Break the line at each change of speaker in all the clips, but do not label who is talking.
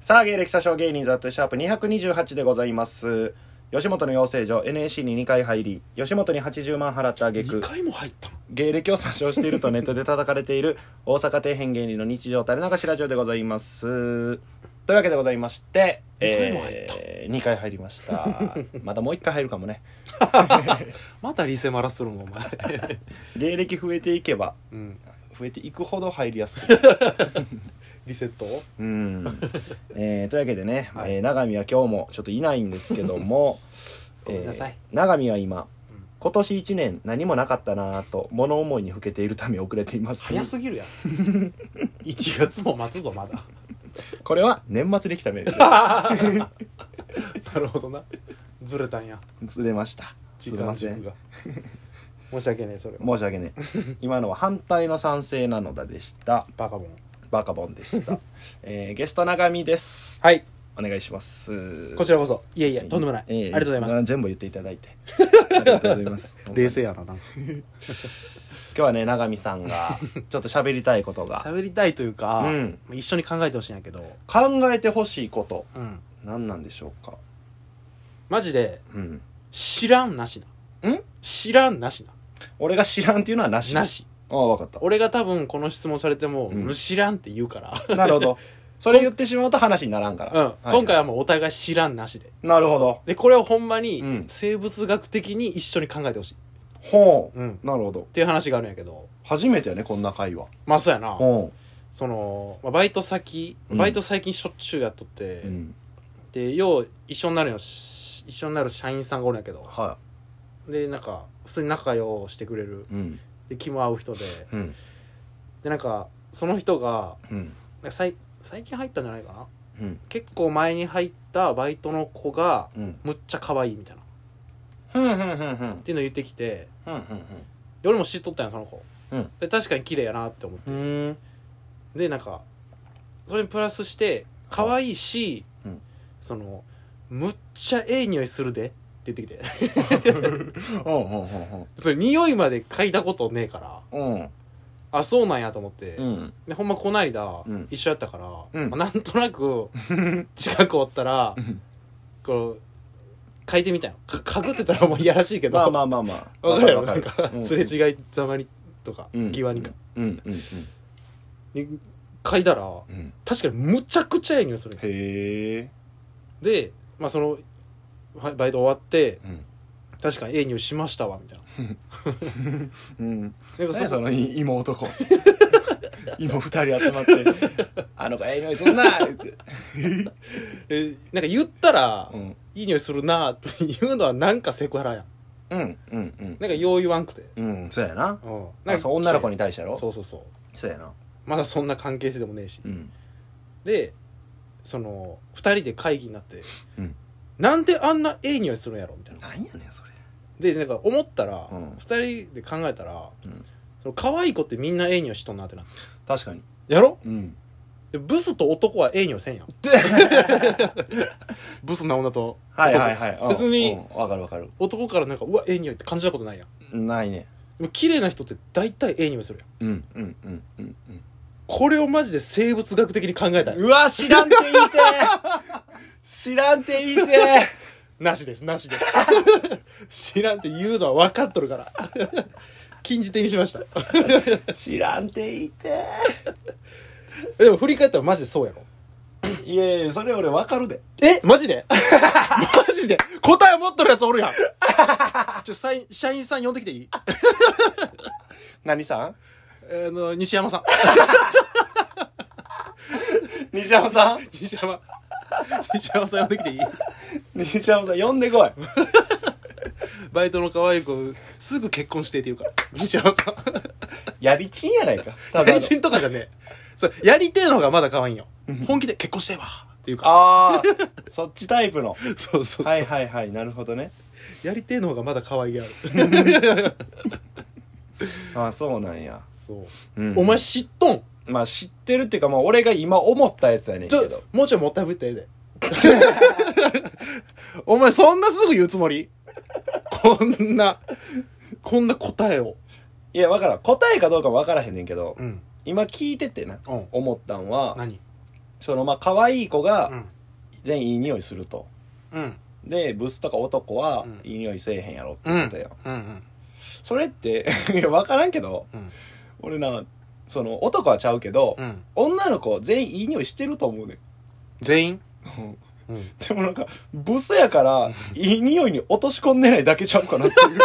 さあ、芸歴詐称芸人ザットシャープ228でございます。吉本の養成所 NAC に2回入り、吉本に80万払った挙
2
句、
回も入ったの
芸歴を詐称しているとネットで叩かれている大阪底辺芸人の日常垂れ流しラジオでございます。というわけでございまして、
二回も入った
えー、2回入りました。またもう1回入るかもね。
またリセマラするもんお前
芸歴増えていけば、
うん
増えていくほど入りやすくなる
リセット
うん、えーというわけでね、
はい
えー永見は今日もちょっといないんですけども
ごめんなさい
えー永見は今
うん
今年1年何もなかったなぁと物思いにふけているため遅れています
早すぎるやん1月も待つぞま だ
これは年末に来た目です
なるほどなずれたんや
ずれました
時
すみ
間
ませ
軸
ん
が申し訳ないそれ
申し訳ね 今のは反対の賛成なのだでした
バカボン
バカボンでした、 えーゲスト永見です
はい
お願いします
こちらこそいやいやとんでもない、
えー
ありがとうございます、
全部言っていた だいてありがとうございます
冷静やななんか
今日はね永見さんがちょっと喋りたいことが
喋りたいというか、
うん
一緒に考えてほしいんやけど、
考えてほしいこと
うん、
何なんでしょうか
マジで
うん
知らんなしな
うん
知らんなしな
俺が知らんっていうのはなし
なし
ああ分かっ
俺が多分この質問されても、
うん
知らんって言うから
たなるほどそれ言ってしまうと話にならんから、
うん、
い
今回はもうお互い知らんなしで
なるほど
でこれをほんまに
うん
生物学的に一緒に考えてほしいっ
ほう、
うん
なるほど
ていう話があるんやけど
初めてやねこんな会話
まあそうやな
ほ
その、まあ、バイト先
うん
バイト最近しょっちゅうやっとって、
ううん
でよう一緒になるよし一緒になる社員さんがおるんやけど
は
でなんか普通に仲良うしてくれる
いうん
で気も合う人で
うん
でなんかその人が
うん
なんかさい最近入ったんじゃないかな
うん
結構前に入ったバイトの子が
うん
むっちゃ可愛いみたいなっ
ふんふんふんふん
ていうのを言ってきて
ふん
で俺も知っとったんやその子、
うん
で確かに綺麗やなって思って
ふんふん
でなんかそれにプラスして可愛いし、
うん
そのむっちゃええ匂いするでって言ってき て
ほうほうほうほ
それ匂いまで嗅いだことねえから
ううん
あそうなんやと思って、
うん
でほんまこないだ
うん
一緒やったから、
うん
まあなんとなく 近くおったら
ん
こう嗅いでみたいなか嗅ぐって言ったらもういやらしいけど
まあまあまあまあ
わかるやろ
わ
なんか、すれ違いざまりとか、
うん
際にか、
うんうん
で嗅いだら
うんうん
確かにむちゃくちゃええ匂いする
へえ
で、まあ、そのはバイト終わって
うん
確かにええ匂いしましたわみたいな
うん
なんか
何
そ
やそ
こ
のい芋 男芋二人集まって「あの子ええ匂いすんな!」って、
えなんか言ったら、
うん、
いい匂いするなっていうのはなんかセクハラやん
うんうんうん
なんかよう言わんくて、
うんそうやな
うん、
なん
か
かそう女の子に対してやろ
そうそうそう
そうやな
まだそんな関係性でもねえし
うん
でその2人で会議になって、
うん
なんであんなええ匂いするんやろみたいな
なんやねんそれ
でなんか思ったら、
う
二
ん
2人で考えたら、
うん
その可愛い子ってみんなええ匂いしとんなってなって
確かに
やろ
うん
でブスと男はええ匂いせんやん ブスな女と
はいはいはいうん
別に
うんわかるわかる
男からなんかうわええ匂いって感じたことないやん
ないね
でも綺麗な人って大体ええ匂いするや
う
ん
んうんうんうんうん
これをマジで生物学的に考えたいう
わ知らんて言いて知らんて言いて
なしですなしです 知らんって言うのは分かっとるから禁じ手にしま した
知らんて言いて
でも振り返ったらマジでそうやろ
いやいやそれ俺わかるで
えマジで マジで答え持っとるやつおるやんちょ社員社員さん呼んできていい
何さん
えーの西山さん
西山さん
西山西山さん呼んできていい
西山さん呼んでこい
バイトの可愛い子すぐ結婚してって言うから西山さん
やりちんやないかただの
やりちんとかじゃねえそうやりてえのがまだ可愛いんよ本気で結婚してえわっていうか
ああそっちタイプの
そうそうそう、
はいはいはいなるほどね
やりてえのがまだ可愛げある
ああそうなんや、
そ
う
う、
ん
お前知っとん
まあ知ってるっていうかまあ俺が今思ったやつやねん
ち
け
ょ
ど
もうちょいもったいぶってええでお前そんなすぐ言うつもりこんなこんな答えを
いやわからん答えかどうかもわからへんねんけど
うん
今聞いててな
うん
思ったんは
何
そのまあ可愛い子
う
が
ん
全員いい匂いすると、
うん
でブスとか男は
うん
いい匂いせえへんやろって
うんう
言っ
ん
たよ、
うん
それって いや分からんけど
うん
俺なその男はちゃうけど、
うん
女の子全員いい匂いしてると思うねん
全員
うん
うん
でもなんかブスやからいい匂いに落とし込んでないだけちゃうかなっていう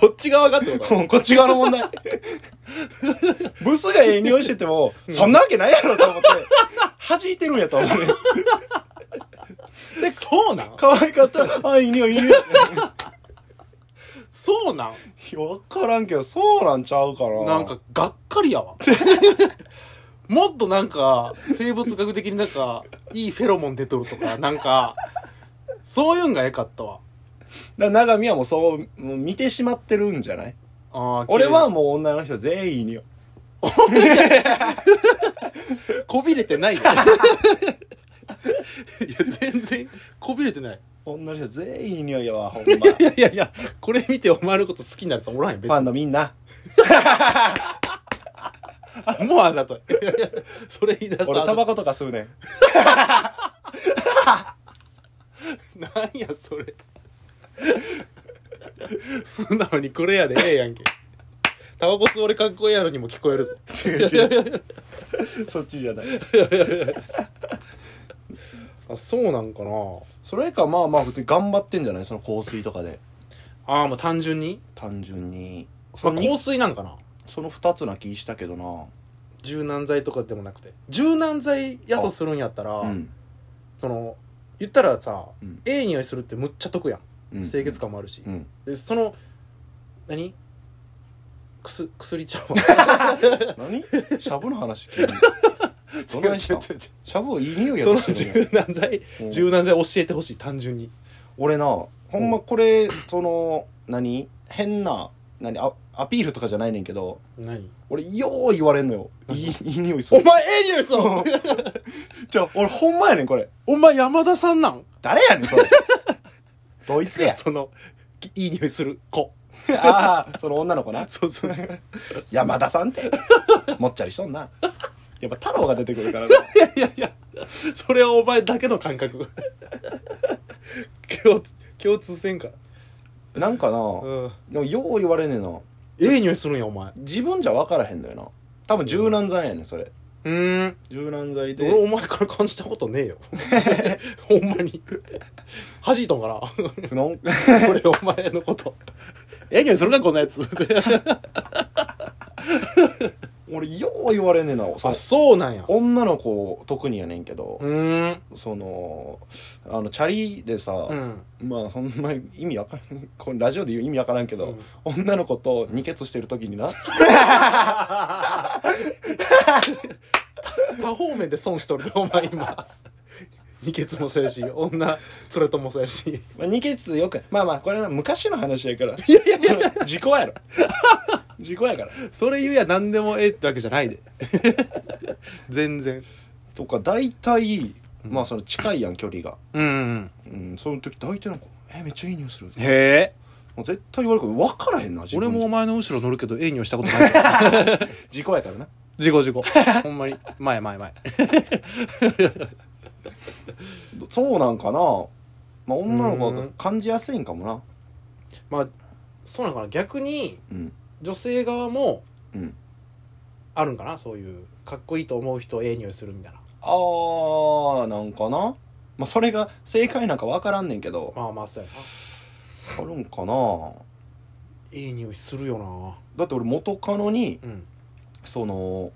こっち側がってこ と
うんこっち側の問題。 ブスがええ匂いしてても、そんなわけないやろと思って、弾いてるんやと思うね。
でそうなん
可愛かったら、あ、いい匂い、いい匂い。
そうなん
いやわからんけど、そうなんちゃうかな。
なんか、がっかりやわ もっとなんか生物学的になんかいいフェロモン出とるとかなんかそういうんがえかったわ
だ長見はもうそう、もう見てしまってるんじゃない
あー
俺は
綺
もう女の人全員いい匂い。
麗こびれて ないよいや全然こびれてない
女の人全員いい匂いやわ、ほん
い
ま。
やいやいやこれ見てお前のこと好きになる人おらんよ別
ファ
に
ンのみんな、
もうあざといいやいやそれ言い出すと
俺
あ
タ
ざとい
バコとか吸うね ん。
なんやそれ素直にこれやでええやんけタバコ吸う俺かっこいいやろにも聞こえるぞ
違う違う。そっちじゃない。
あそうなんかな
それか、まあまあ普通に頑張ってんじゃないその香水とかで。
ああもう単純に、
単純に。
まあ、
に
香水なんかな
その二つな気したけどな。
柔軟剤とかでもなくて柔軟剤やとするんやったら、
うん。
その言ったらさ、
うん
ええ匂いするってむっちゃ得やん、清潔感もあるし、
うん。
でその何くす薬ちゃうわ
何シャブの話急に。 どないしたん
違う違う違う
シャブいい匂いや
その
としてる
柔軟剤
うん
柔軟剤教えてほしい単純に
俺な、ほんまこれ、その、何変な、何あアピールとかじゃないねんけど、
何
俺、よう言われんのよ。いい、いい匂いす
お
る。
前ええ匂いすんの
じゃあ俺ほんまやねん、これ。
お前山田さんなん
誰やね ん、それ。ドイツや。
そのきいい匂いする子
ああ、その女の子な。
そうそうそう
山田さん って。もっちゃりしとんな。やっぱ太郎が出てくる からな。
いやいやいやそれはお前だけの感覚共通共通せんか
なんかな、
うん
でもよう言われねえな
ええ匂いするんやお前う
自分じゃ分からへんのよな多分柔軟剤やねんそれ
ーん
柔軟剤で
俺お前から感じたことねえ よほんまに恥じいとん かな
なんか
俺お前のことええ匂いするかこんなやつ
俺よう言われねえなそ
あ
う
そうなんや
女の子特にやねんけど、
うーん
そのあのチャリでさ、
うん
まあそんな意味わからんこれラジオで言う意味わからんけど、女の子と二血してる時にな
多方面で損しとるでお前今二血もそうやし女それともそうやし
まあ二血よくまあまあこれは昔の話やから
いやいやいや
事故やろ事故やから
それ言うや何でもええってわけじゃないで全然
とか大体まあその近いやん距離が
うん
うん、その時大体なんか「えめっちゃいい匂いする」
へえ
もう絶対言われるから分からへんな自
俺
分
もお前の後ろ乗るけどええ匂いしたことないから
自己やからな
事故事 故ほんまに前前前
そうなんかな、まあ、女の子
う
が
ん
感じやすいんかもな
まあそうなのかな逆に
うん
女性側も
うん
あるんかなそういうかっこいいと思う人ええ匂いするみたいな
あーなんかなまあそれが正解なんか分からんねんけど
まあまあそうやな
あるんかな
ええ匂いするよな
だって俺元カノに
うん
その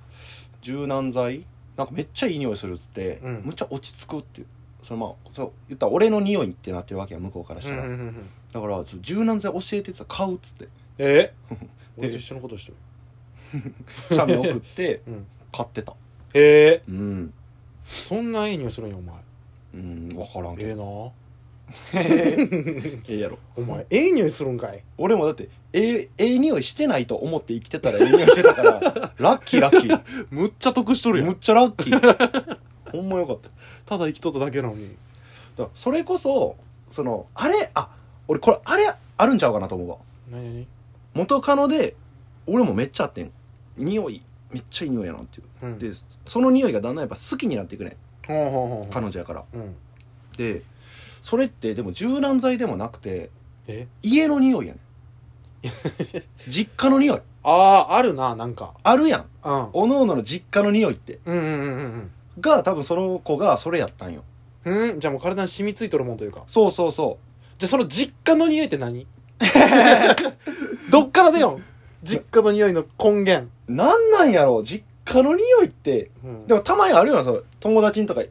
柔軟剤なんかめっちゃいい匂いするっつって、
うん
むっちゃ落ち着くっていうそのまあそう言ったら俺の匂いってなってるわけや向こうからしたら、だからちょ柔軟剤教えてっつったら買うっつって
え
俺
俺
と
と
一
一緒のことしてる
写メ送って
うん
買ってた
へえ
うん、
そんなええ匂いするんやお前
うん、分からんけ
ええ
ど
なお
ええやろ
前ええ匂いするんかい
俺もだってええええ匂いしてないと思って生きてたらええ匂いしてたから ラッキーラッキー
むっちゃ得しと
むっちゃラッキー ほんまよかっただか
ただ生きとっただけなのに
らそれこそそのあれあ俺これあれあるんちゃうかなと思うわ
何何
元カノで俺もめっちゃあってん匂いめっちゃいい匂いやなっていう、
うん
でその匂いがだんだんやっぱ好きになっていくね
ほうほうほうほう
彼女やから
うん
でそれってでも柔軟剤でもなくて
え
家の匂いやね ん実家の匂い
あああるななんか
あるやん
うんうん
おのおのの実家の匂いって
うんうん
が多分その子がそれやったんよ
うんうんじゃあもう体に染みついとるもんというか
そうそうそ
じゃあその実家の匂いって 何どっから出よん実家の匂いの根源、
うなんなんやろう実家の匂いって
うん
でもたまにあるよなその友達んとか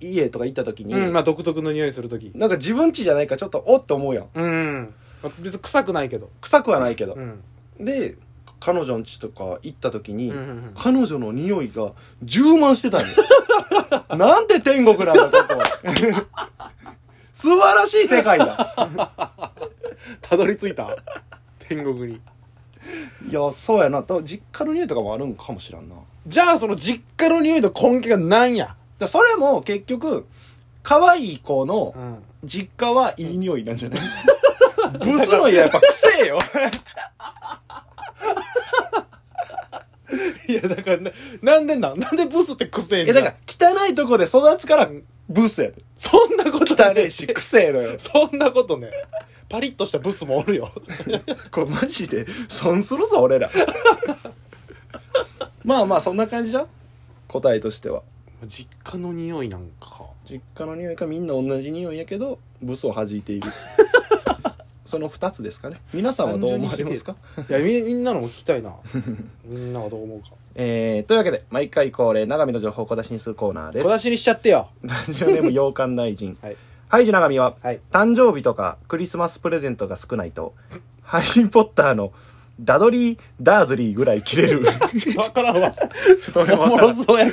家とか行った時に、
うんまあ独特の匂いするとき
なんか自分家じゃないからちょっとおっと思うやん
うんまあ別に臭くないけど
臭くはないけど
う、ん
で彼女ん家とか行った時
う
に、
んうん
彼女の匂いが充満してたんよなんて天国なんだここは 素晴らしい世界だ
たどり着いた天国に
いやそうやなと実家の匂いとかもあるんかもしらんな
じゃあその実家の匂いの根拠がなんや
だそれも結局可愛い子の
ん
実家はいい匂いなん じゃないブスの家やっぱくせえ よ
いやだからななんでなんなんでブスってくせえ
い
ん
やだから汚いとこで育つからブスやで
そんなこと
汚
だ
ねえ
ね
しくせえのよ
そんなことねパリッとしたブスもおるよ
これマジで損するぞ俺ら まあまあそんな感じじゃん答えとしては
実家の匂いなんか
実家の匂いかみんな同じ匂いやけどブスを弾いてい るその2つですかね皆さんはどう思われますか
いやみみんなのも聞 きたいなみんなはどう思うか
えー、というわけで毎回恒例長見の情報を小出しにするコーナーで
小出
す
しにしちゃってよ
ラジオネーム洋館大臣
はい
ハイジ長見は、
はい
誕生日とかクリスマスプレゼントが少ない とハリー・ポッターのダドリー・ダーズリーぐらい切れる ちょ
分からん わ
っと俺も
お
わ
も
から
ろ
ん
そうや